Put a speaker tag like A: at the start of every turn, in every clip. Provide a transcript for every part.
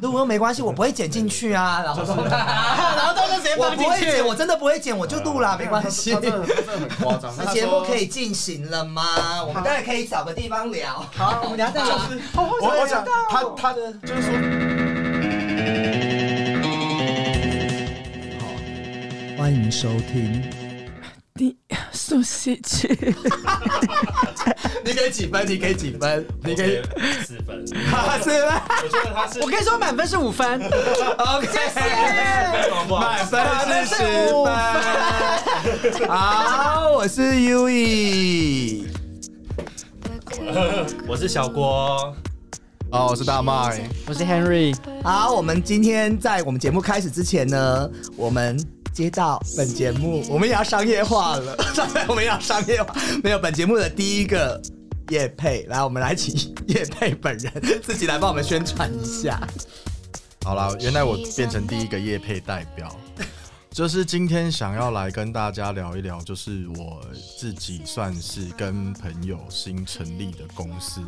A: 如果没关系，我不会剪进去啊。然后说，
B: 然后到时候直接
A: 我
B: 放
A: 不
B: 进
A: 会
B: 去
A: 剪，。我真的不会剪，我就录啦，没关系
B: 他。真的他真的很夸 张。他
A: 那
B: 说
A: 节目可以进行了吗？我们当然可以找个地方聊。
B: 好，我们聊到就是
C: 我我想他他的就是说，
A: 欢迎收听，
D: 速喜剧，
C: 你给几分？你给几分？你给
E: 四分，
C: 他是
E: 我觉得他是
D: 我跟你说满分是五分，
C: OK，满分是十分。好，我是
A: E
C: Uyi，
E: 我是小郭，
C: 哦，我是大麦。
D: 我是 Henry，
A: 好，我们今天在我们节目开始之前呢，我们。接到本节目，我们也要商业化了， 我们也要商业化。没有本节目的第一个叶佩，来，我们来请叶佩本人自己来帮我们宣传一下。
C: 好啦，原来我变成第一个业配代表，就是今天想要来跟大家聊一聊，就是我自己算是跟朋友新成立的公司。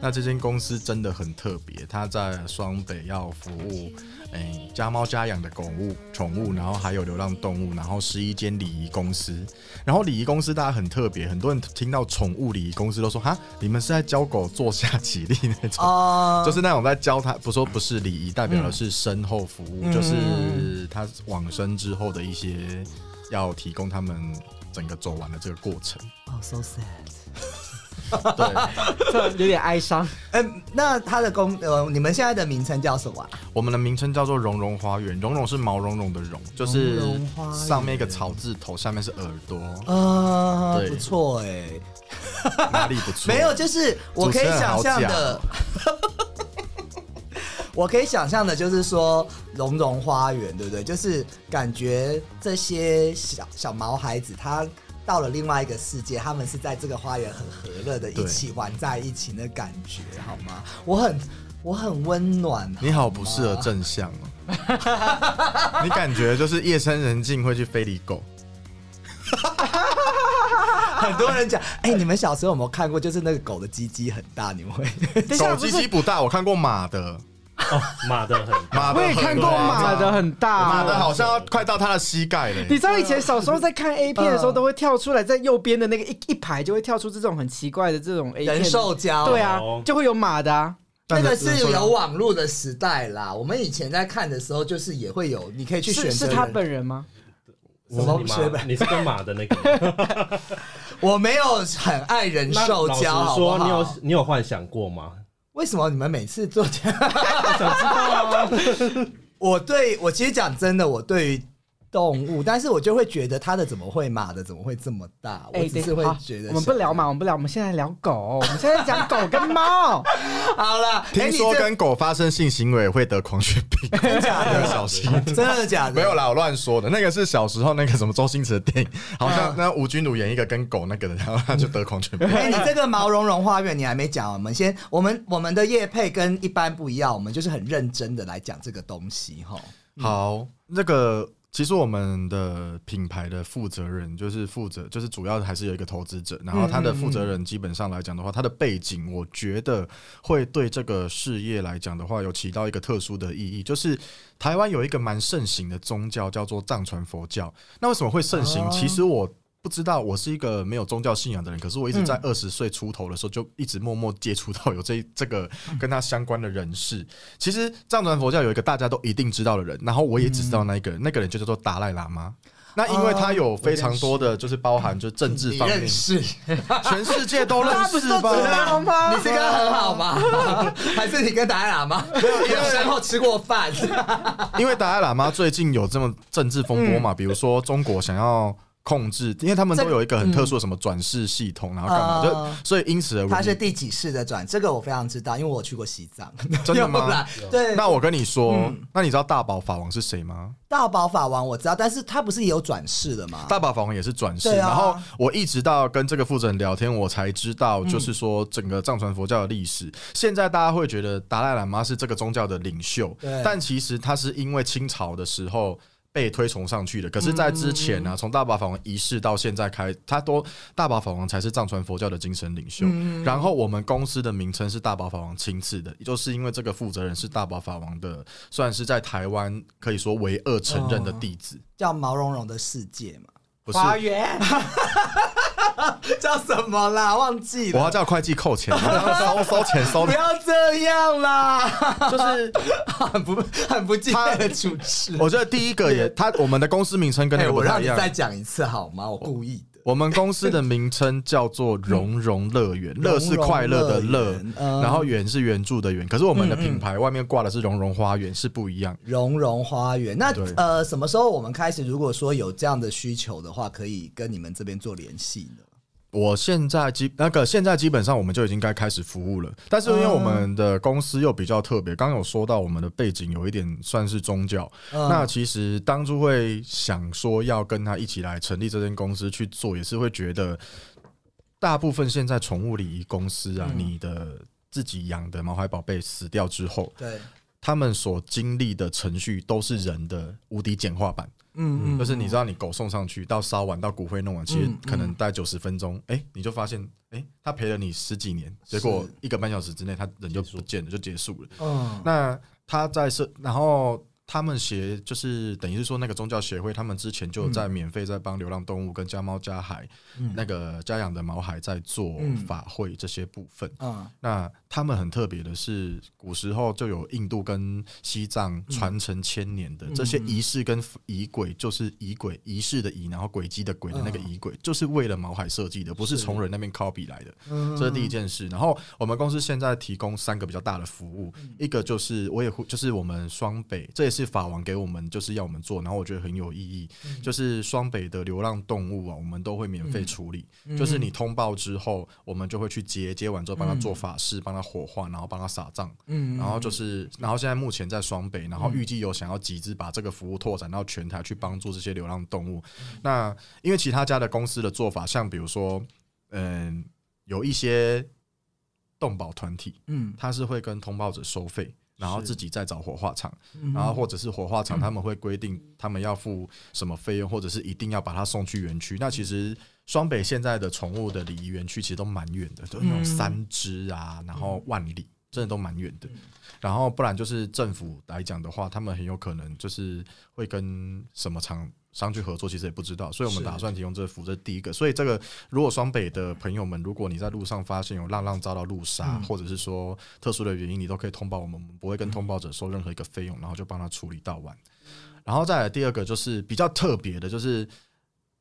C: 那这间公司真的很特别，它在双北要服务，诶、家猫家养的狗物、宠物，然后还有流浪动物，然后十一间礼仪公司。然后礼仪公司大家很特别，很多人听到宠物礼仪公司都说哈，你们是在教狗做下起立那种。
A: 哦、
C: 就是那种在教他，不说不是礼仪，代表
D: 嗯
C: 的是身后服务，就是他往生之后的一些要提供他们整个走完的这个过程。
A: 哦、s o sad。
C: 对，
D: 这有点哀伤。
A: 嗯，那他的公呃，你们现在的名称叫什么、啊？
C: 我们的名称叫做“蓉蓉花园”，蓉蓉是毛茸茸的蓉，就是
A: 蓉蓉花园
C: 上面一个草字头，下面是耳朵，
D: 哦
A: 呃，
C: 对
A: 不错哎、
C: 哪里不错？
A: 没有，就是我可以想象的，哦 我可以想象的就是说蓉蓉花园，对不对？就是感觉这些小小毛孩子他。到了另外一个世界，他们是在这个花园很和乐的，
C: 对
A: 一起玩在一起的感觉，好吗？我很我很温暖，啊
C: 你好不适合正向哦，你感觉就是夜深人静会去非礼狗。
A: 很多人讲，哎、你们小时候有没有看过？就是那个狗的鸡鸡很大，你们会
D: 等一
C: 狗
D: 下不
C: 鸡
D: 是
C: 鸡不大，我看过马的，
E: 哦，马的很，
C: 马的
D: 我也看过
C: 很夸
D: 马
C: 张
D: 的很大，哦
C: 马的好像要快到他的膝盖了。
D: 你知道以前小时候在看
A: 嗯
D: A 片的时候，都会跳出来，在右边的那个一一排就会跳出这种很奇怪的这种 A 片的。
A: 人兽交，
D: 对啊
E: 哦，
D: 就会有马的啊。
A: 那
C: 但
A: 个
C: 人
A: 是
C: 兽交
A: 有网络的时代啦，我们以前在看的时候，就是也会有，你可以去选择
D: 是是
A: 人。
D: 他本人吗？
A: 什么
E: 是你
A: 是吧
E: 马，你是跟马的那 个。
A: 我没有很爱人
E: 那
A: 兽
E: 老实
A: 交，好不
E: 说，
A: 好？
E: 你有 你有幻想过吗？
A: 为什么你们每次做这样？我对我其实讲真的，我对于动物，但是我就会觉得它的怎么会马的怎么会这么大？我只
D: 等一
A: 是
D: 下
A: 会
D: 哎好
A: 觉得、
D: 我们不聊。马，我们不聊，我们现在聊狗。我们现在讲狗 跟猫。
A: 好了，哎
C: 听
A: 你
C: 说
A: 这
C: 跟狗发生性行为会得狂血病，
A: 真假
C: 要
A: 的，
C: 小心。
A: 真的假的？
C: 没有啦，我乱说的。那个是小时候那个什么周星驰的电影，好像
A: 啊
C: 那吴君如演一个跟狗那个的，然后他就得狂犬病。
A: 哎、你这个毛茸茸花园你还没讲，我们先，我们我们的叶配跟一般不一样，我们就是很认真的来讲这个东西哈。
C: 好，那个其实我们的品牌的负责人就是负责，就是主要还是有一个投资者，然后他的负责人基本上来讲的话，他的背景我觉得会对这个事业来讲的话，有起到一个特殊的意义，就是台湾有一个蛮盛行的宗教叫做藏传佛教，那为什么会盛行？
A: 哦
C: 其实我。不知道，我是一个没有宗教信仰的人，可是我一直在二十岁出头的时候，就一直默默接触到有这 这个跟他相关的人士。其实藏传佛教有一个大家都一定知道的人，然后我也只知道那一个人，那个人就叫做达赖喇嘛。那因为他有非常多的，就是包含就是政治
A: 你
C: 方面
A: 认，识？你
C: 全世界都认
D: 大家不是
C: 识
D: 都知
C: 吧？
D: 道吗？
A: 这个很好吗？还是你跟达赖喇嘛有先后吃过饭？
C: 因为达赖喇嘛最近有这么政治风波嘛，比如说中国想要控制，因为他们都有一个很特殊的什么转世系统，然后干
A: 嗯
C: 嘛，就所以因此而
A: 他是
C: 闻
A: 第几世的转？这个我非常知道，因为我去过西藏。
C: 真的吗
A: 有啦？对，
C: 那我跟你说，那你知道大宝法王是谁吗？
A: 大宝法王我知道，但是他不是也有转世的吗？
C: 大宝法王也是转世，
A: 对啊
C: 然后我一直到跟这个负责人聊天，我才知道，就是说整个藏传佛教的历史。现在大家会觉得达赖喇嘛是这个宗教的领袖
A: 对，
C: 但其实他是因为清朝的时候。被推崇上去的。可是，在之前
A: 嗯
C: 呢、从大法法王仪式到现在开，他都大法法王才是藏传佛教的精神领袖。
A: 嗯
C: 然后，我们公司的名称是大法法王亲赐的，就是因为这个负责人是大法法王的，算是在台湾可以说唯二承认的
A: 哦
C: 弟子，
A: 叫毛茸茸的世界嘛，
C: 不是。
D: 花园，
A: 叫什么啦？忘记
C: 我
A: 了
C: 要，叫会计扣钱，收收钱收
A: 不要这样啦，
C: 就是
A: 很不很不敬业的主持。
C: 我觉得第一个也，他我们的公司名称跟那
A: 哎，
C: 个不
A: 我
C: 太
A: 让
C: 一
A: 你
C: 样。
A: 再讲一次好吗？我故意的。
C: 我们公司的名称叫做“融融乐园”，乐是快乐
A: 嗯
C: 的
A: 融融乐
C: 乐
A: 园，嗯
C: 然后园是原著的园。可是我们的品牌外面挂的是“融融花园”，是不一样。
A: 融融花园，那
C: 对
A: 呃，什么时候我们开始？如果说有这样的需求的话，可以跟你们这边做联系呢？
C: 我现在基那个现在基本上我们就已经该开始服务了，但是因
A: 嗯
C: 为我们的公司又比较特别，刚刚有说到我们的背景有一点算是宗教，
A: 嗯
C: 那其实当初会想说要跟他一起来成立这间公司去做，也是会觉得大部分现在宠物礼仪公司
A: 嗯
C: 啊，你的自己养的毛孩宝贝死掉之后，
A: 对，
C: 他们所经历的程序都是人的无敌简化版。
A: 嗯
C: 就是你知道，你狗送上去到烧完到骨灰弄完，其实
A: 嗯
C: 可能大概九十分钟，哎、你就发现，哎、他陪了你十几年，结果一个半小时之内，他人就不见了，就结束了。
A: 嗯
C: 那他在是，然后他们协就是等于是说那个宗教协会，他们之前就有在免费在帮流浪动物跟家猫家海、那个家养的毛孩在做
A: 嗯
C: 法会这些部分。
A: 嗯
C: 那他们很特别的是，古时候就有印度跟西藏传承千年的、这些仪式跟仪轨，就是仪轨仪式的仪，然后轨迹的轨的那个仪轨，就是为了毛海设计的，不是从人那边 copy 来的。
A: 嗯，
C: 这是第一件事。然后我们公司现在提供三个比较大的服务，一个就是我也会就是我们双北，这也是法王给我们就是要我们做，然后我觉得很有意义，就是双北的流浪动物啊，我们都会免费处理，
A: 嗯
C: 就是你通报之后，我们就会去接，接完之后帮他做法事，帮他火化，然后帮他撒葬，
A: 嗯
C: 然后就是，然后现在目前在双北，然后预计有想要集资把这个服务拓展到全台，去帮助这些流浪动物。那因为其他家的公司的做法，像比如说，嗯，有一些动保团体，
A: 嗯
C: 它是会跟通报者收费，然后自己再找火化场，
A: 嗯
C: 然后或者是火化场他们会规定他们要付什么费用，或者是一定要把它送去园区。那其实双北现在的宠物的礼仪园区其实都蛮远的，就是那
A: 嗯
C: 种三只啊，然后万里，真的都蛮远的。然后不然就是政府来讲的话，他们很有可能就是会跟什么厂商去合作，其实也不知道，所以我们打算提供这个服务，这是第一个。所以这个如果双北的朋友们，如果你在路上发现有浪浪遭到路杀，或者是说特殊的原因，你都可以通报我们，我们不会跟通报者收任何一个费用，然后就帮他处理到完。然后再来第二个就是比较特别的，就是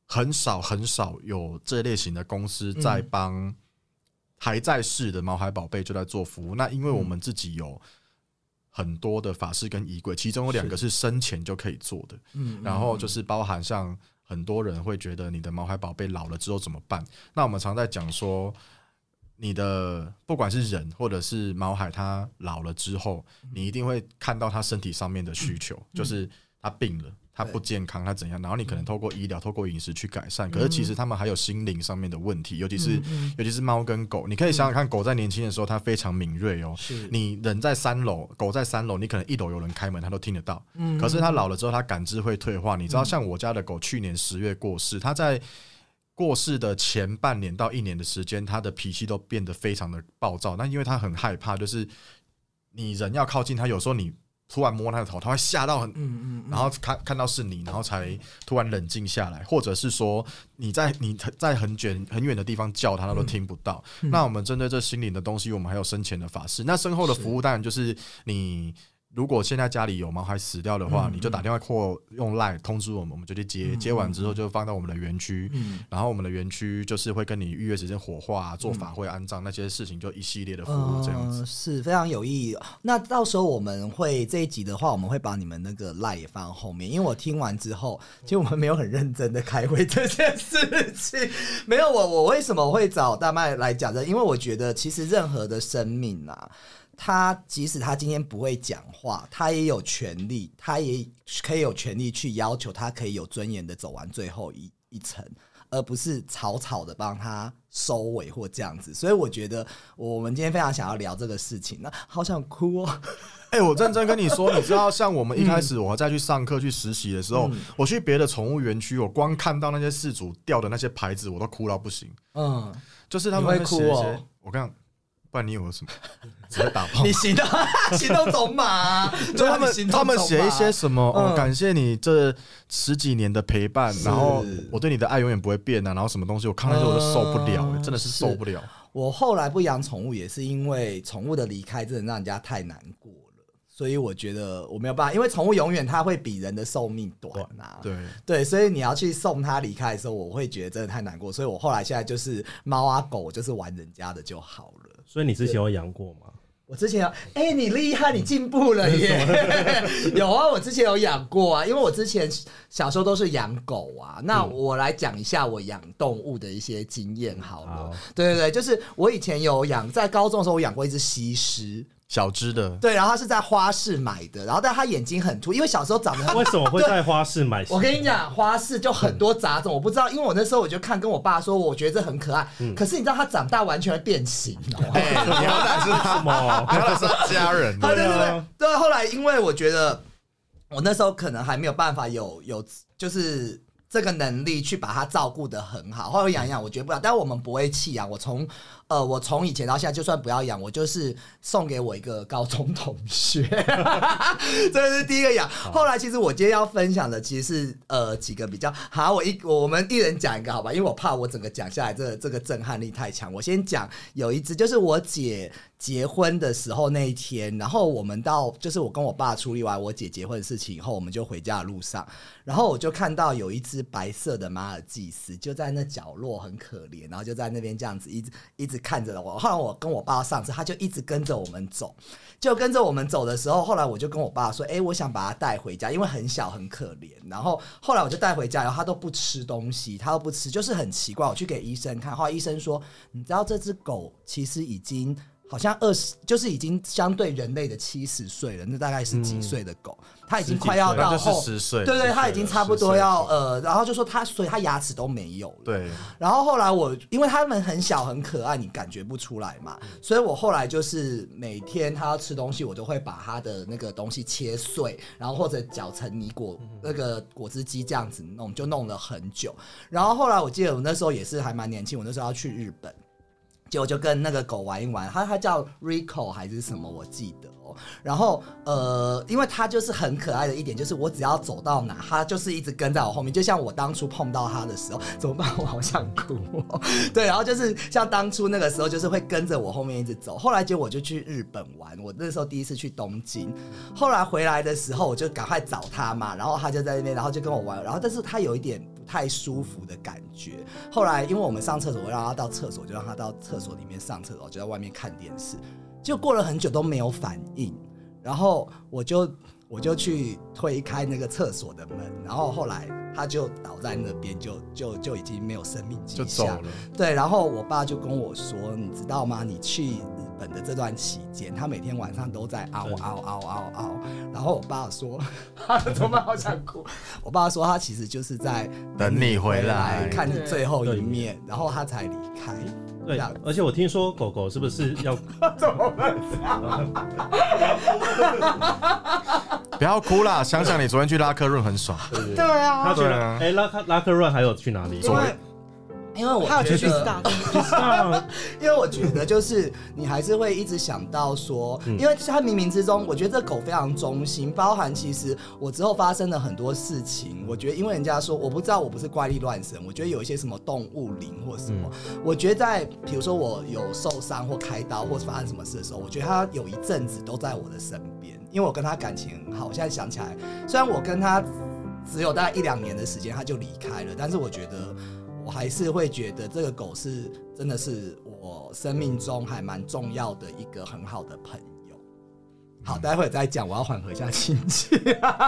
C: 很少很少有这类型的公司在帮还在世的毛孩宝贝就在做服务。那因为我们自己有很多的法事跟仪轨，其中有两个是生前就可以做的，
A: 嗯
C: 然后就是包含像很多人会觉得你的毛孩宝贝老了之后怎么办？那我们常在讲说。你的不管是人或者是毛海，它老了之后，你一定会看到它身体上面的需求，就是它病了，它不健康，它怎样，然后你可能透过医疗、透过饮食去改善。可是其实他们还有心灵上面的问题，尤其
A: 嗯
C: 是尤其是猫跟狗。你可以想想看，狗在年轻的时候它非常敏锐哦，
A: 是嗯
C: 你人在三楼，狗在三楼，你可能一楼有人开门，它都听得到。可是它老了之后，它感知会退化。你知道，像我家的狗去年十月过世，它在过世的前半年到一年的时间，它的脾气都变得非常的暴躁。那因为它很害怕，就是你人要靠近它，有时候你突然摸它的头，它会吓到很，
A: 嗯
C: 然后看看到是你，然后才突然冷静下来，或者是说你在你在很远很远的地方叫他，他都听不到。那我们针对这心灵的东西，我们还有生前的法事，那身后的服务当然就是你。如果现在家里有毛孩死掉的话，你就打电话或用 line 通知我们，我们就去接。接完之后就放到我们的园区，然后我们的园区就是会跟你预约时间火化、啊做法会、安葬那些事情，就一系列的服务这样子。
A: 嗯是非常有意义。那到时候我们会这一集的话，我们会把你们那个 line 也放后面，因为我听完之后，其实我们没有很认真的开会这件事情。 没有我，我为什么会找大麦来讲这？因为我觉得其实任何的生命啊。他即使他今天不会讲话，他也有权利，他也可以有权利去要求他可以有尊严的走完最后一一层，而不是草草的帮他收尾或这样子。所以我觉得我们今天非常想要聊这个事情，那好想哭哦。
C: 哎、我认真跟你说，你知道，像我们一开
A: 嗯
C: 始我再去上课去实习的时候，我去别的宠物园区，我光看到那些饲主吊的那些牌子，我都哭到不行。
A: 嗯，
C: 就是他们
A: 你会
C: 写
A: 哭
C: 一些，
A: 哦
C: 我跟你讲，不然你以为我什么？只会打 炮
A: 你。行动行动总 马，
C: 就他
A: 对啊
C: 们
A: 你行动
C: 他们
A: 种
C: 写一
A: 马
C: 些什么？
A: 嗯
C: 哦，感谢你这十几年的陪伴，然后我对你的爱永远不会变啊，然后什么东西，我看到这我就受不了、欸
A: 嗯
C: 真的是受不了。
A: 我后来不养宠物也是因为宠物的离开真的让人家太难过了，所以我觉得我没有办法，因为宠物永远它会比人的寿命短啊。
C: 对，
A: 对，所以你要去送它离开的时候，我会觉得真的太难过，所以我后来现在就是猫啊狗就是玩人家的就好了。
E: 所以你之前有养过吗？
A: 我之前有，哎、你厉害，你进步了耶！ 有啊，我之前有养过啊，因为我之前小时候都是养狗啊。那我来讲一下我养动物的一些经验好了。
E: 好
A: 对对对，就是我以前有养，在高中的时候我养过一只西施，
C: 小 只的，
A: 对，然后它是在花市买的，然后但它眼睛很凸，因为小时候长得很
E: 为什么会在花市买？
A: 我跟你讲，花市就很多杂种，我不知道，因为我那时候我就看跟我爸说，我觉得这很可爱，可是你知道它长大完全会变形哦。
C: 哎、你要的是他
E: 什么？
C: 你要的是 他家人
A: 啊，
C: 的，
A: 对对对
E: 啊
A: 对。后来因为我觉得我那时候可能还没有办法有有就是这个能力去把它照顾的很好，后来养一养我觉得不了，但我们不会弃养。我从呃我从以前到现在，就算不要养，我就是送给我一个高中同学， 这是第一个养。后来其实我今天要分享的其实是呃几个比较好，我一我们一人讲一个好吧，因为我怕我整个讲下来这个这个震撼力太强。我先讲有一只就是我姐结婚的时候那一天，然后我们到就是我跟我爸处理完我姐结婚的事情以后，我们就回家的路上，然后我就看到有一只白色的马尔济斯就在那角落很可怜，然后就在那边这样子一直一直看着我。后来我跟我爸上车，他就一直跟着我们走，就跟着我们走的时候，后来我就跟我爸说：“哎、我想把它带回家，因为很小很可怜。”然后后来我就带回家，然后它都不吃东西，它都不吃，就是很奇怪。我去给医生看，后来医生说：“你知道这只狗其实已经。”好像二十，就是已经相对人类的七十岁了，那大概是几岁的狗？它已经快要
E: 十几岁
A: 到
C: 那啊就是
A: 后
C: 十岁，啊
A: 对对，他已经差不多要
C: 10岁
A: 呃，然后就说他，所以他牙齿都没有了。
C: 对，
A: 然后后来我，因为他们很小很可爱，你感觉不出来
C: 嗯
A: 嘛，所以我后来就是每天他要吃东西，我都会把他的那个东西切碎，然后或者搅成泥果那个果汁机这样子弄，就弄了很久。然后后来我记得我那时候也是还蛮年轻，我那时候要去日本。结果就跟那个狗玩一玩，它它叫 Rico 还是什么，我记得哦。然后呃，因为它就是很可爱的一点，就是我只要走到哪，它就是一直跟在我后面，就像我当初碰到它的时候，怎么办？我好想哭、哦。 对，然后就是像当初那个时候，就是会跟着我后面一直走。后来结果我就去日本玩，我那时候第一次去东京，后来回来的时候我就赶快找它嘛，然后它就在那边，然后就跟我玩，然后但是它有一点不太舒服的感觉，后来因为我们上厕所，我让他到厕所，就让他到厕所里面上厕所，就在外面看电视。就过了很久都没有反应，然后我就我就去推开那个厕所的门，然后后来他就倒在那边，就就就已经没有生命迹
C: 就走
A: 象
C: 了。。
A: 对，然后我爸就跟我说，你知道吗？你去日本的这段期间，他每天晚上都在嗷
E: 对
A: 嗷嗷嗷嗷。然后我爸说， 怎么办好想哭？我爸说他其实就是在
C: 等你回来
A: 看你最后一面，然后他才离开。
E: 对
A: 这样，
E: 而且我听说狗狗是不是 要
C: 不要哭啦，想想你昨天去拉客润很爽，
D: 对啊
E: 它，去
C: 对
E: 哪？
C: 啊
E: 哎，拉克拉克润还有去哪里？
A: 因为因为我
D: 还有去
A: 觉
D: 去斯
A: 得
D: 大，
E: 啊
A: 因为我觉得就是你还是会一直想到说，因为它冥冥之中，我觉得这狗非常忠心，包含其实我之后发生的很多事情，我觉得因为人家说我不知道我不是怪力乱神，我觉得有一些什么动物灵或什么，我觉得在比如说我有受伤或开刀或是发生什么事的时候，我觉得它有一阵子都在我的身边，因为我跟它感情很好，我现在想起来，虽然我跟它只有大概一两年的时间，它就离开了，但是我觉得。我还是会觉得这个狗是真的是我生命中还蛮重要的一个很好的朋友。
E: 嗯
A: 好，待会儿再讲，我要缓和一下心情。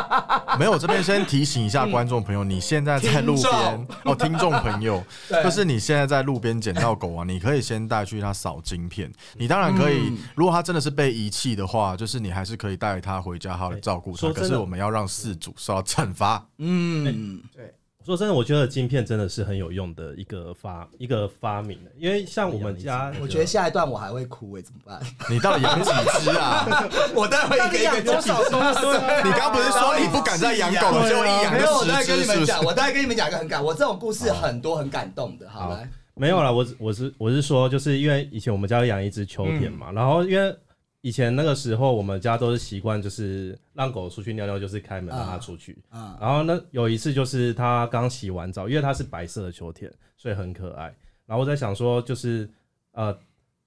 C: 没有，我这边先提醒一下观众朋友，你现在在路边哦，听众朋友，
A: 对
C: 就是你现在在路边捡到狗啊，你可以先带去它扫晶片。你当然可以，如果它真的是被遗弃的话，就是你还是可以带它回家好好照顾它。
E: 说
C: 可
E: 真的
C: 是我们要让饲主受到惩罚。
A: 嗯，
D: 对，
E: 说真的，我觉得晶片真的是很有用的一个发一个发明，因为像我们家，
A: 哎我觉得下一段我还会哭哎、怎么办？
C: 你到底养几只啊？
A: 我待会一个一个讲。
C: 你刚刚不是说你不敢再养狗了，就一养
A: 啊没有，我
C: 就
A: 再
C: 十
A: 跟
C: 只，
A: 你
C: 是
A: 们
C: 不是？
A: 讲，我再跟你们讲一个很感，我这种故事很多很感动的，好
E: 好
A: 来，
E: 没有啦，我我是我是说，就是因为以前我们家养一只秋田
A: 嗯
E: 嘛，然后因为以前那个时候我们家都是习惯就是让狗出去尿尿，就是开门让它出去。
A: 啊，
E: 然后呢，有一次就是它刚洗完澡，因为它是白色的秋田，所以很可爱。然后我在想说，就是呃，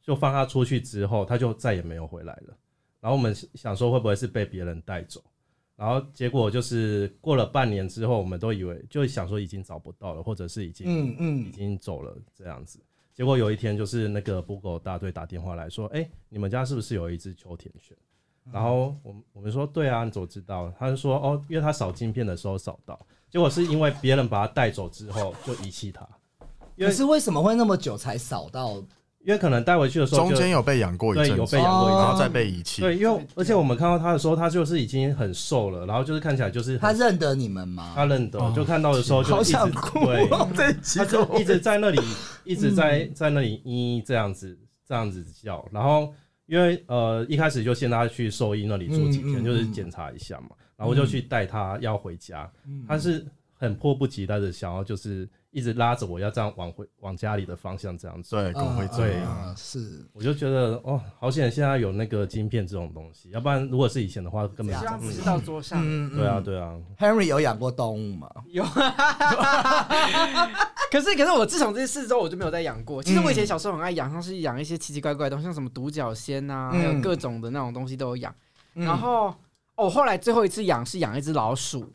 E: 就放它出去之后，它就再也没有回来了。然后我们想说，会不会是被别人带走？然后结果就是过了半年之后，我们都以为就想说已经找不到了，或者是已经
A: 嗯
E: 已
A: 嗯，
E: 经走了这样子。结果有一天，就是那个捕狗大队打电话来说：“哎、你们家是不是有一只秋田犬？”然后我们我们说：“对啊，你怎么知道？”他就说：“哦，因为他扫镜片的时候扫到，结果是因为别人把它带走之后就遗弃它，因
A: 可
E: 为
A: 是为什么会那么久才扫到？
E: 因为可能带回去的时候
C: 中
E: 就
C: 间有被养过一
E: 对
C: 阵
E: 有
C: 子
E: 被，养过一
A: 哦
E: 次。
C: 然后再被遗弃。
E: 对，因为而且我们看到它的时候，它就是已经很瘦了，然后就是看起来就是
A: 他
E: 很
A: 认得你们吗？
E: 它认得，就看到的时候就
A: 好
E: 一直
A: 想哭
E: 对，
A: 哦，这一集
E: 他就一直 在那里，一直在
A: 嗯
E: 在那里咦这样子这样子叫，然后因为呃一开始就先让他去兽医那里住几
A: 嗯嗯
E: 天，
A: 嗯
E: 就是检查一下嘛，然后我就去带他要回家，
A: 嗯
E: 他是很迫不及待的想要就是一直拉着我要这样往回往家里的方向这样子，
C: 对，狗会这
E: 对
C: 样。
A: 嗯是
E: 我就觉得哦好险现在有那个晶片这种东西，要不然如果是以前的话根本
D: 希
E: 就
D: 望不是到桌上。
A: 嗯
E: 对啊对啊，
A: ，Henry 有养过动物吗？
D: 有，可是可是我自从这件事之后，我就没有再养过。其实
E: 嗯
D: 我以前小时候很爱养，像是养一些奇奇怪怪的东西，像什么独角仙啊，
A: 嗯
D: 还有各种的那种东西都有养。
A: 嗯
D: 然后哦，后来最后一次养是养一只老 鼠，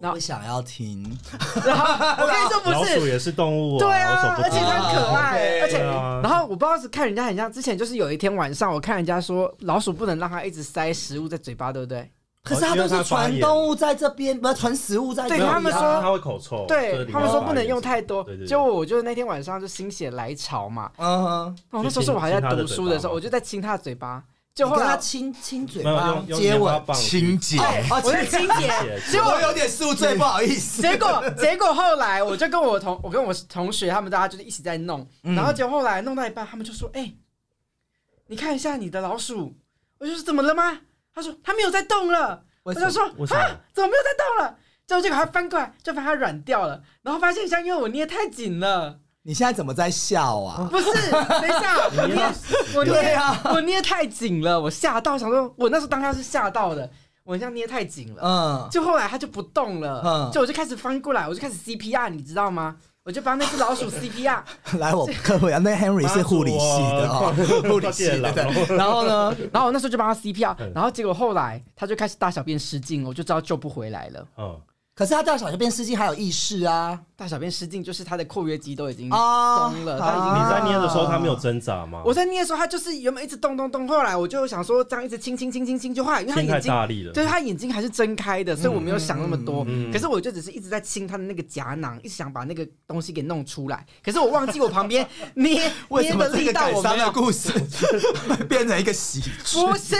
A: 我不想要听，
D: 哦我跟你说不
E: 老鼠
D: 是，
E: 也是动物啊，
D: 对
E: 我
D: 啊
E: 手，不
D: 而且
E: 知道
D: 它很可爱，
A: 啊，OK
D: 而且
E: 对啊，
D: 然后我不知道是看人家很像，之前就是有一天晚上，我看人家说老鼠不能让它一直塞食物在嘴巴，对不对？
A: 可是他都是传动物在这边，不是传食物在这
D: 对
A: 里啊
D: 他们说
E: 他会口臭，就是
D: 对
E: 哦里面
D: 他们说
E: 有
D: 不能用
E: 发炎
D: 太多
E: 对对，对
D: 就我就那天晚上就心血来潮嘛，
A: 嗯哼，
D: 然后那时候是我还在读书的时
E: 去亲
D: 候，我就在亲它的嘴巴，就
A: 你
D: 后
A: 跟
D: 来
A: 他亲亲嘴
E: 什么没有
A: 巴
E: 用，用
A: 接
E: 棉花
A: 吻，
E: 棒去
C: 清洁，
A: 哦，
D: 我在清 洁，
A: 结果有点宿醉，不好意思。
D: 结果结果后来我就跟我同我跟我同学他们大家就是一起在弄，
A: 嗯
D: 然后结果后来弄到一半，他们就说：“哎、你看一下你的老鼠。”我就说：“怎么了吗？”他说：“它没有在动了。”
A: 为
D: 我
A: 什么
D: 就说：“
E: 为什么
D: 啊，怎么没有在动了？”结果结果他翻过来，就发现它软掉了，然后发现像因为我捏太紧了，
A: 你现在怎么在笑啊？
D: 不是，等一下，我
E: 你要
D: 捏我
A: 对
D: 捏、
A: 啊
D: 我捏太紧了，我吓到，想说我那时候当下是吓到的，我好像捏太紧了。
A: 嗯，
D: 就后来它就不动了，
A: 嗯
D: 就我就开始翻过来，我就开始 CPR，你知道吗？我就帮那只老鼠 CPR，
A: 嗯 来我科普一下，那 Henry
E: 啊
A: 是护理系的哦， 护理系的。对然后呢，
D: 然后我那时候就帮它 CPR，、
E: 嗯
D: 然后结果后来它就开始大小便失禁了，我就知道救不回来了。
E: 嗯，
A: 可是他到小学变司机还有意识啊
D: 大小便失禁就是它的括约肌都已经，
A: 啊！
D: 松嗯了
A: 啊
E: 嗯你在捏的时候，它没有挣扎吗？
D: 我在捏的时候它就是原本一直动动动，后来我就想说这样一直亲亲亲亲亲，就后来因为它
E: 心太
D: 眼睛。
E: 大力了，
D: 对，它眼睛还是睁开的，所以我没有想那么多。
E: 嗯嗯嗯
D: 可是我就只是一直在亲它的那个夹囊，一直想把那个东西给弄出来。可是我忘记我旁边 捏
A: 为
D: 捏
A: 什么
D: 的
A: 这
D: 力
A: 个
D: 道
A: 感
D: 我
A: 伤
D: 没
A: 的
D: 有，
A: 故事 变成一个喜剧？
D: 不是，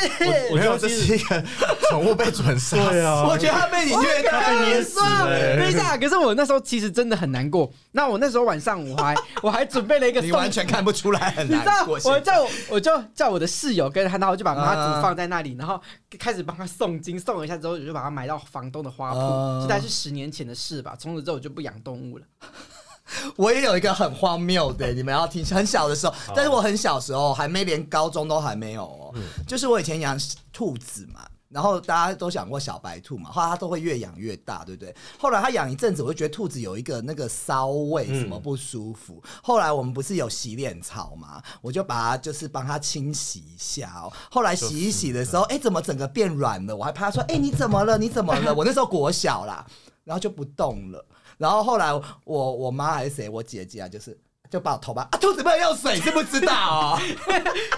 E: 我
C: 没有，
E: 就
C: 这
E: 是
C: 是一个宠物被准杀。
E: 对啊，
A: 我觉得他被你虐待。
E: 被捏死了欸
D: 等一下，可是我那时候其实真的很难过。那我那时候晚上我还 我还准备了一个
A: 你
D: 送
A: 完，全看不出来，很
D: 你知
A: 难
D: 道，
A: 过。啊
D: 我叫我就叫我的室友跟他，然后我就把妈祖放在那里，然后开始帮他诵经，诵了一下之后，我就把它埋到房东的花
A: 啊啊
D: 圃，这大概是十年前的事吧。从此之后我就不养动物了。
A: 我也有一个很荒谬的，你们要听。很小的时候，但是我很小时候还没连高中都还没有哦、就是我以前养兔子嘛。然后大家都养过小白兔嘛，后来它都会越养越大，对不对？后来它养一阵子，我就觉得兔子有一个那个骚味，什么不舒服。后来我们不是有洗脸槽嘛，我就把它就是帮它清洗一下哦。后来洗一洗的时候，哎，怎么整个变软了？我还怕它说，哎，你怎么了？你怎么了？我那时候国小啦，然后就不动了。然后后来我我妈还是谁，我姐姐啊，就是就把我头发啊，兔子不能用水，知不知道啊？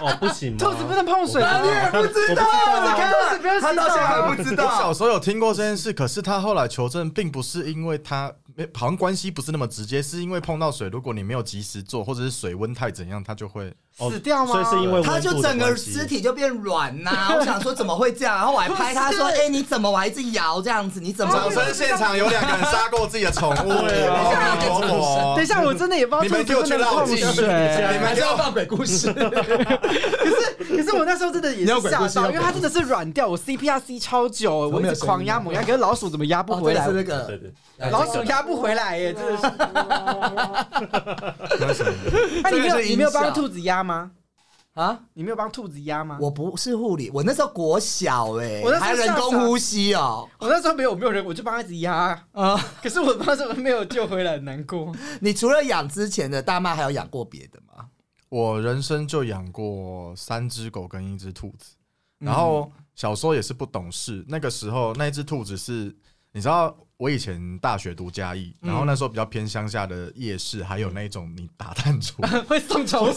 E: 哦不行吗，
D: 兔子不能碰水
A: 你也
D: 啊！
A: 不知道，
D: 兔子不要洗
A: 他
D: 澡
A: 到现在还
D: 啊！
A: 不知
C: 我小
A: 道。
C: 时候有听过这件事，可是他后来求证，并不是因为他没诶好像关系不是那么直接，是因为碰到水，如果你没有及时做，或者是水温太怎样，它就会
E: 哦
D: 死掉吗？
E: 所以是因为
A: 他
E: 温
A: 就
E: 度的
A: 整个
E: 关系
A: 尸体就变软呐、我想说怎么会这样？然后我还拍他说：“哎、你怎么？我还一直摇这样子，你怎么？”
C: 掌声！现场有两个人杀过自己的宠物，
E: 对啊
C: 阿弥陀佛
D: 等一下，我真的也不知道
C: 你们
D: 兔
C: 给我
D: 子
C: 去
D: 真的
C: 绕
D: 碰
C: 境，
D: 水。
C: 你
A: 你
C: 们
A: 们就
C: 给
A: 要
C: 我
A: 放鬼故事，
D: 可是我那时候真的也
A: 你
D: 是
A: 有鬼
D: 吓
A: 故事
D: 到，因为
A: 吗
D: 它真的是软掉，我 CPR C 超久，
A: 么
D: 我
A: 没
D: 一
A: 有
D: 直狂压猛压，可是老鼠怎么压 不
A: 哦
D: 回来
A: 对？是那
E: 对
A: 个
E: 对，
D: 老鼠压不回来耶，真的是。
C: 那什么？
D: 那你没
A: 这个是
D: 有你没有
A: 音效
D: 帮兔子压吗？
A: 啊，
D: 你没有帮兔子压吗？我
A: 我不是护理，我那时候国小哎、
D: 我那时候
A: 还人工呼吸哦、
D: 我那时候没有没有人，我就帮它一直压，
A: 啊、
D: 可是我那时候没有救回来，很难过。
A: 你除了养之前的大麦，还有养过别的吗？
C: 我人生就养过三只狗跟一只兔子，
D: 嗯
C: 然后小时候也是不懂事，那个时候那一只兔子是，你知道我以前大学读嘉义，
D: 嗯
C: 然后那时候比较偏乡下的夜市，还有那种你打 弹珠，
D: 会送宠物，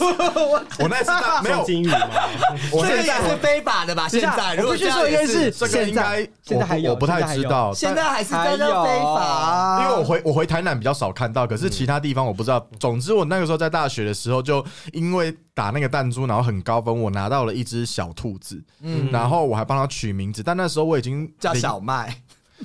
C: 我那一次大没有
E: 送，金鱼吗？
C: 我
A: 这
C: 那
A: 个
C: 一次
A: 也是非法的吧？现在如
D: 我
A: 果
D: 必
A: 这
D: 须说
A: 样
D: 一
A: 也
D: 件
A: 是，
D: 事，
C: 这个应该
D: 现在现在还有，
C: 我我不太
D: 现在还有
C: 知。道，
A: 现在还是
D: 还
A: 真的非
D: 有
A: 法，啊
C: 因为我回我回台南比较少看到，可是其他地方我不知道。总之，我那个时候在大学的时候，就因为打那个弹珠，然后很高分，我拿到了一只小兔子，嗯，然后我还帮它取名字，但那时候我已经
A: 叫
C: 零
A: 小麦，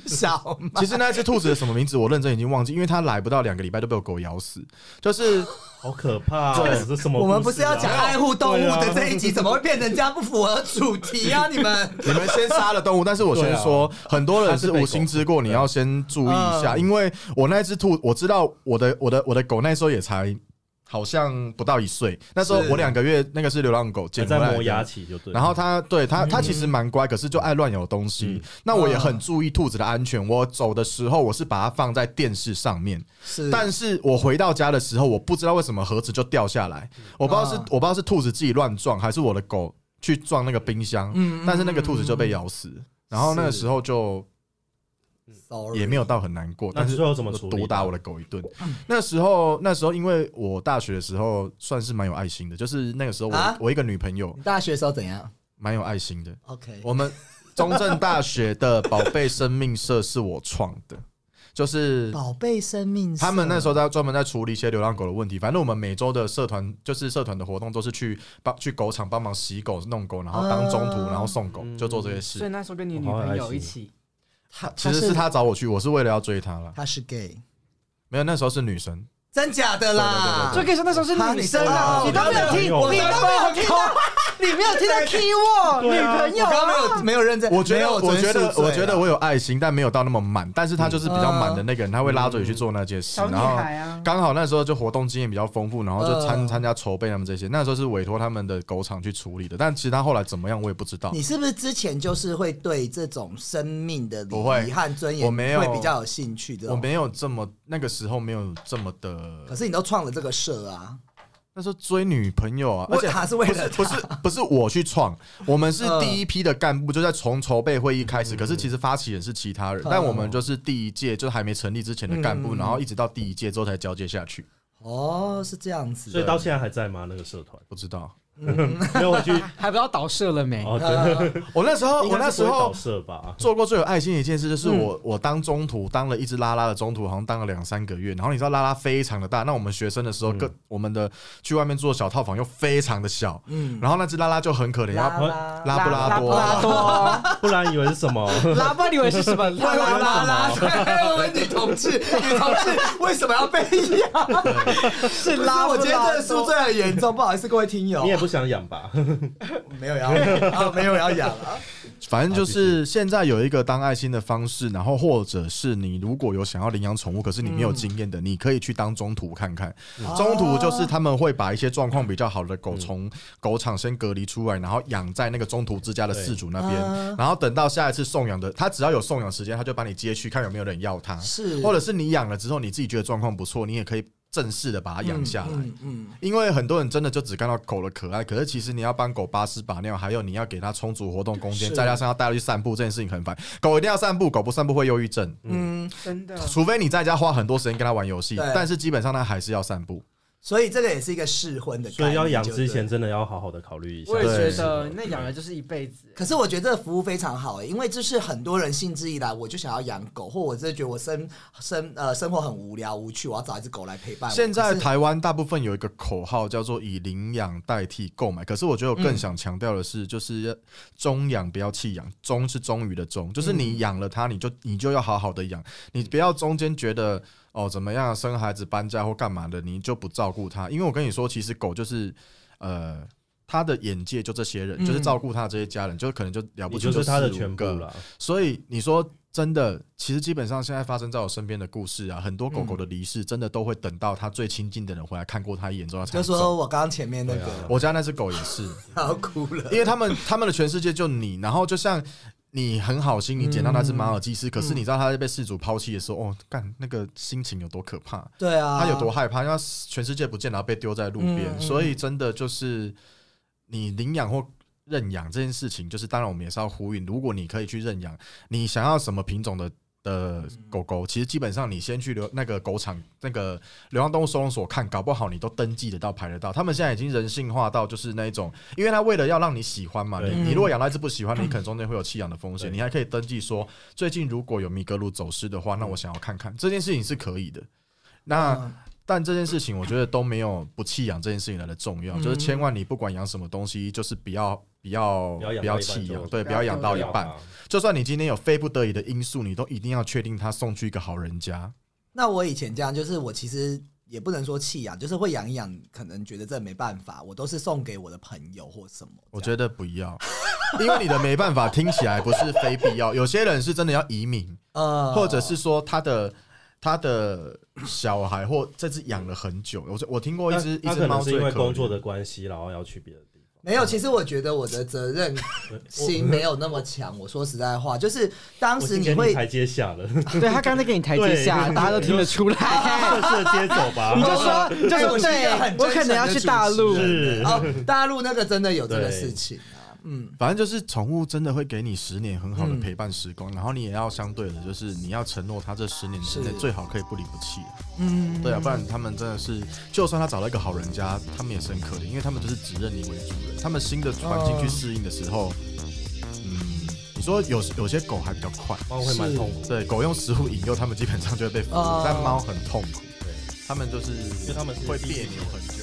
A: 小麦
C: 其实那只兔子的什么名字，我认真已经忘记，因为它来不到两个礼拜就被我狗咬死。就是
E: 好可怕、哦！这是什么、
A: 我们不
C: 啊
A: 是要讲爱护动物的这一
E: 啊
A: 集，怎么会变成这样不符合主题 啊？你们
C: 你们先杀了动物，但是我先说，很多人是无心之过，你要先注意一下，
A: 嗯
C: 因为我那只兔，我知道我的我的我的狗那时候也才。好像不到一岁，那时候
A: 是
C: 我两个月，那个是流浪狗捡
E: 还
C: 回
E: 在
C: 来的
E: 磨牙期就对了。
C: 然后它对它它其实蛮乖，可是就爱乱咬东西
E: 嗯。
C: 那我也很注意兔子的安全。我走的时候，我是把它放在电视上面，
A: 是
C: 但是我回到家的时候，我不知道为什么盒子就掉下来。我不知道是
A: 啊
C: 我不知道是兔子自己乱撞，还是我的狗去撞那个冰箱。
A: 嗯
C: 但是那个兔子就被咬死。
E: 嗯
C: 然后那个时候就
A: sorry
C: 也没有到很难过，
E: 那
C: 但是
E: 最后怎么处理的
C: 毒打我的狗一顿。那时候那时候因为我大学的时候算是蛮有爱心的，就是那个时候
A: 啊
C: 我我一个女朋友
A: 你大学的时候怎样
C: 蛮有爱心的。
A: ？OK，
C: 我们中正大学的宝贝生命社是我创的，就是
A: 宝贝生命社，
C: 他们那时候在专门在处理一些流浪狗的问题。反正我们每周的社团就是社团的活动都是去帮去狗场帮忙洗狗、弄狗，然后当中途，
A: 啊
C: 然后送狗，就做这些
D: 所以
C: 事。
D: 那时候跟你女朋友一起，
A: 他
C: 其实是他找我去，我是为了要追他了。
A: 他是 gay，
C: 没有，那时候是女生，
A: 真假的啦？
D: 所以可以说那时候是
A: 啊
D: 女生啊，
A: 你
D: 你
A: 真
D: 都
A: 的
D: 没有听，你
E: 我
D: 都没有听到，你没有听到 key word
E: 对啊
D: 女朋友
A: 我刚刚
D: 啊
A: 没。有没有认真，啊
C: 我觉
A: 没
C: 得
A: 有
C: 我
A: 追
C: 觉得
A: 溯罪
C: 我觉得
A: 啦
C: 我有爱心，但没有到那么满。但是
A: 嗯
C: 他就是比较满的那个人，他会拉着你去做那件事，
D: 小女
C: 然后。
D: 孩啊，
C: 刚好那时候就活动经验比较丰富，然后就参
A: 嗯
C: 参加筹备他们这些。那时候是委托他们的狗场去处理的，但其实他后来怎么样我也不知道。
A: 你是不是之前就是会对这种生命的礼
C: 不会
A: 仪和尊严，
C: 我没有
A: 会比较有兴趣的？哦
C: 我。没有这么那个时候没有这么
A: 可
C: 的，
A: 是你都创了这个社啊，
C: 那时候追女朋友啊，
A: 为
C: 而且
A: 他是为
C: 不是
A: 了
C: 不是不是我去创，我们是
A: 嗯
C: 第一批的干部，就在从筹备会议开始。可是其实发起人是其他人，但我们就是第一届，就是还没成立之前的干部，然后一直到第一届之后才交接下去。
A: 哦，是这样子的。
E: 所以到现在还在吗？那个社 团
C: 不知道，
E: 没有回去
D: 还不知道倒射了没？
E: 哦，对，
A: 呃
C: 我那时候
E: 应
C: 我
E: 该
C: 那
E: 是
C: 时
E: 不会
C: 候
E: 倒社吧？
C: 做过最有爱心的一件事，就是我、我当中途当了一只拉拉的中途，好像当了两三个月。然后你知道拉拉非常的大，那我们学生的时候，跟我们的去外面做小套房又非常的小，
A: 嗯，
C: 然后那只拉拉就很可怜，要
A: 拉拉
C: 拉布拉多
D: 拉多，
E: 不然以为是什 么？
D: 拉布，你以为是什么？
A: 拉
D: 拉
A: 拉
D: 拉
A: 拉
D: 拉
A: 拉，对我们女同志，女同志为什么要被压？
D: 是
A: 不是
D: 拉布拉多，
A: 我今天真的宿醉很严重，不好意思各位听友
E: 你，也不想养 吧？
A: 没有要啊，没有要养了。
C: 反正就是现在有一个当爱心的方式，然后或者是你如果有想要领养宠物，可是你没有经验的，你可以去当中途看看。
A: 嗯
C: 中途就是他们会把一些状况比较好的狗
A: 哦
C: 从狗场先隔离出来，然后养在那个中途之家的饲主那边，然后等到下一次送养的，他只要有送养时间，他就把你接去看有没有人要它，
A: 是
C: 或者是你养了之后你自己觉得状况不错，你也可以正式的把它养下来。
A: 嗯嗯，
C: 因为很多人真的就只看到狗的可爱，可是其实你要帮狗拔屎把尿，还有你要给它充足活动空间，
A: 是
C: 再加上要带它去散步，这件事情很烦。狗一定要散步，狗不散步会忧郁症。
A: 嗯，
D: 真的
C: 除非你在家花很多时间跟它玩游戏，
A: 对
C: 但是基本上它还是要散步。
A: 所以这个也是一个试婚的概
E: 所
A: 念，
E: 以要养
A: 就
E: 之
A: 对
E: 前真的要好好的考虑一下
D: 我。也
C: 对
D: 觉得那养了就是一辈子。
A: 可是我觉得这个服务非常好、欸，因为这是很多人兴致一来，我就想要养狗，或我真的觉得我生生呃生活很无聊无趣，我要找一只狗来陪伴我。
C: 现在
A: 可是
C: 台湾大部分有一个口号叫做“以领养代替购买”，可是我觉得我更想强调的是，就是中养不要弃养，中是忠于的
E: 嗯
C: 忠，就是你养了它，你就你就要好好的养，你不要中间觉得哦怎么样生孩子搬家或干嘛的，你就不照顾它。因为我跟你说，其实狗就是呃。它的眼界就这些人，
A: 嗯
C: 就是照顾它的这些家人，就是可能就了
E: 你
C: 不起
E: 就是他的
C: 四五
E: 全部
C: 个
E: 了，
C: 所以你说真的，其实基本上现在发生在我身边的故事啊，很多狗狗的离世，真的都会等到它最亲近的人回来看过它一眼之后，它才
A: 就
C: 走
A: 说我刚刚前面那
E: 对啊
A: 个，
C: 我家那只狗也是，
A: 我要哭了。
C: 因为他们他们的全世界就你，然后就像。你很好心，你捡到那只马尔济斯，可是你知道它在被事主抛弃的时候，哦，干那个心情有多可怕，
A: 对啊，
C: 它有多害怕，因为它全世界不见，然后被丢在路边，
A: 嗯嗯
C: 所以真的就是你领养或认养这件事情，就是当然我们也是要呼吁，如果你可以去认养，你想要什么品种的的
A: 嗯
C: 狗狗，其实基本上你先去流那个狗场那个流浪动物收容所看，搞不好你都登记得到、排得到。他们现在已经人性化到就是那一种，因为他为了要让你喜欢嘛，你
E: 对
C: 你如果养到一只不喜欢，你
A: 嗯
C: 可能中间会有弃养的风险，
E: 对
C: 你还可以登记说最近如果有米格鲁走失的话，那我想要看看这件事情是可以的。那、
A: 嗯
C: 但这件事情，我觉得都没有不弃养这件事情来的重要，
A: 嗯
C: 就是千万你不管养什么东西，就是不要不要
E: 不要养到一半
C: 弃
E: 就
C: 养，对，不
D: 不
C: 要
D: 要
C: 养
D: 丢
C: 到一
D: 掉
C: 半。就算你今天有非不得已的因素，你都一定要确定他送去一个好人 家。
A: 那我以前这样，就是我其实也不能说弃养，就是会养一养，可能觉得这没办法，我都是送给我的朋友或什么。
C: 我
A: 得
C: 觉得不要，因为你的没办法听起来不是非必要。有些人是真的要移 民，
E: 哦
A: 呃
C: 或者是说他的他的小孩或这只养了很久。我我听哦过一只一
E: 他
C: 只
E: 可
C: 猫
E: 能是
C: 最
E: 因为
C: 可
E: 工作
C: 怜
E: 的关系，然后要去别的地方。
A: 没有，其实我觉得我的责任心没有那么强。我说实在话，就是当
E: 我
A: 时
E: 今
A: 你
E: 天
A: 会
E: 台阶下 了，
D: 对他刚才给你台阶下，
E: 对
D: 大家都听得出来。
E: 就是接走 吧
D: 你。就说，你就
A: 哎
D: 说
A: 我是一个很
D: 对，我可能要去大陆。
E: 是
A: 哦，大陆那个真的有这个事情啊，嗯，
C: 反正就是宠物真的会给你十年很好的陪伴时光，然后你也要相对的，就是你要承诺它这十年之内
A: 是
C: 最好可以不离不弃。
A: 嗯，
C: 对啊，不然他们真的是，就算他找到一个好人家，他们也是很可怜，因为他们就是只认你为主人。他们新的环境去适应的时候，嗯，你说有有些狗还比较快，
E: 猫会蛮痛苦，
C: 对，狗用食物引诱，它们基本上就会被俘虏，
A: 哦
C: 但猫很痛苦，
E: 对，
C: 它们就是因
E: 因为它们是
C: 会别扭很久。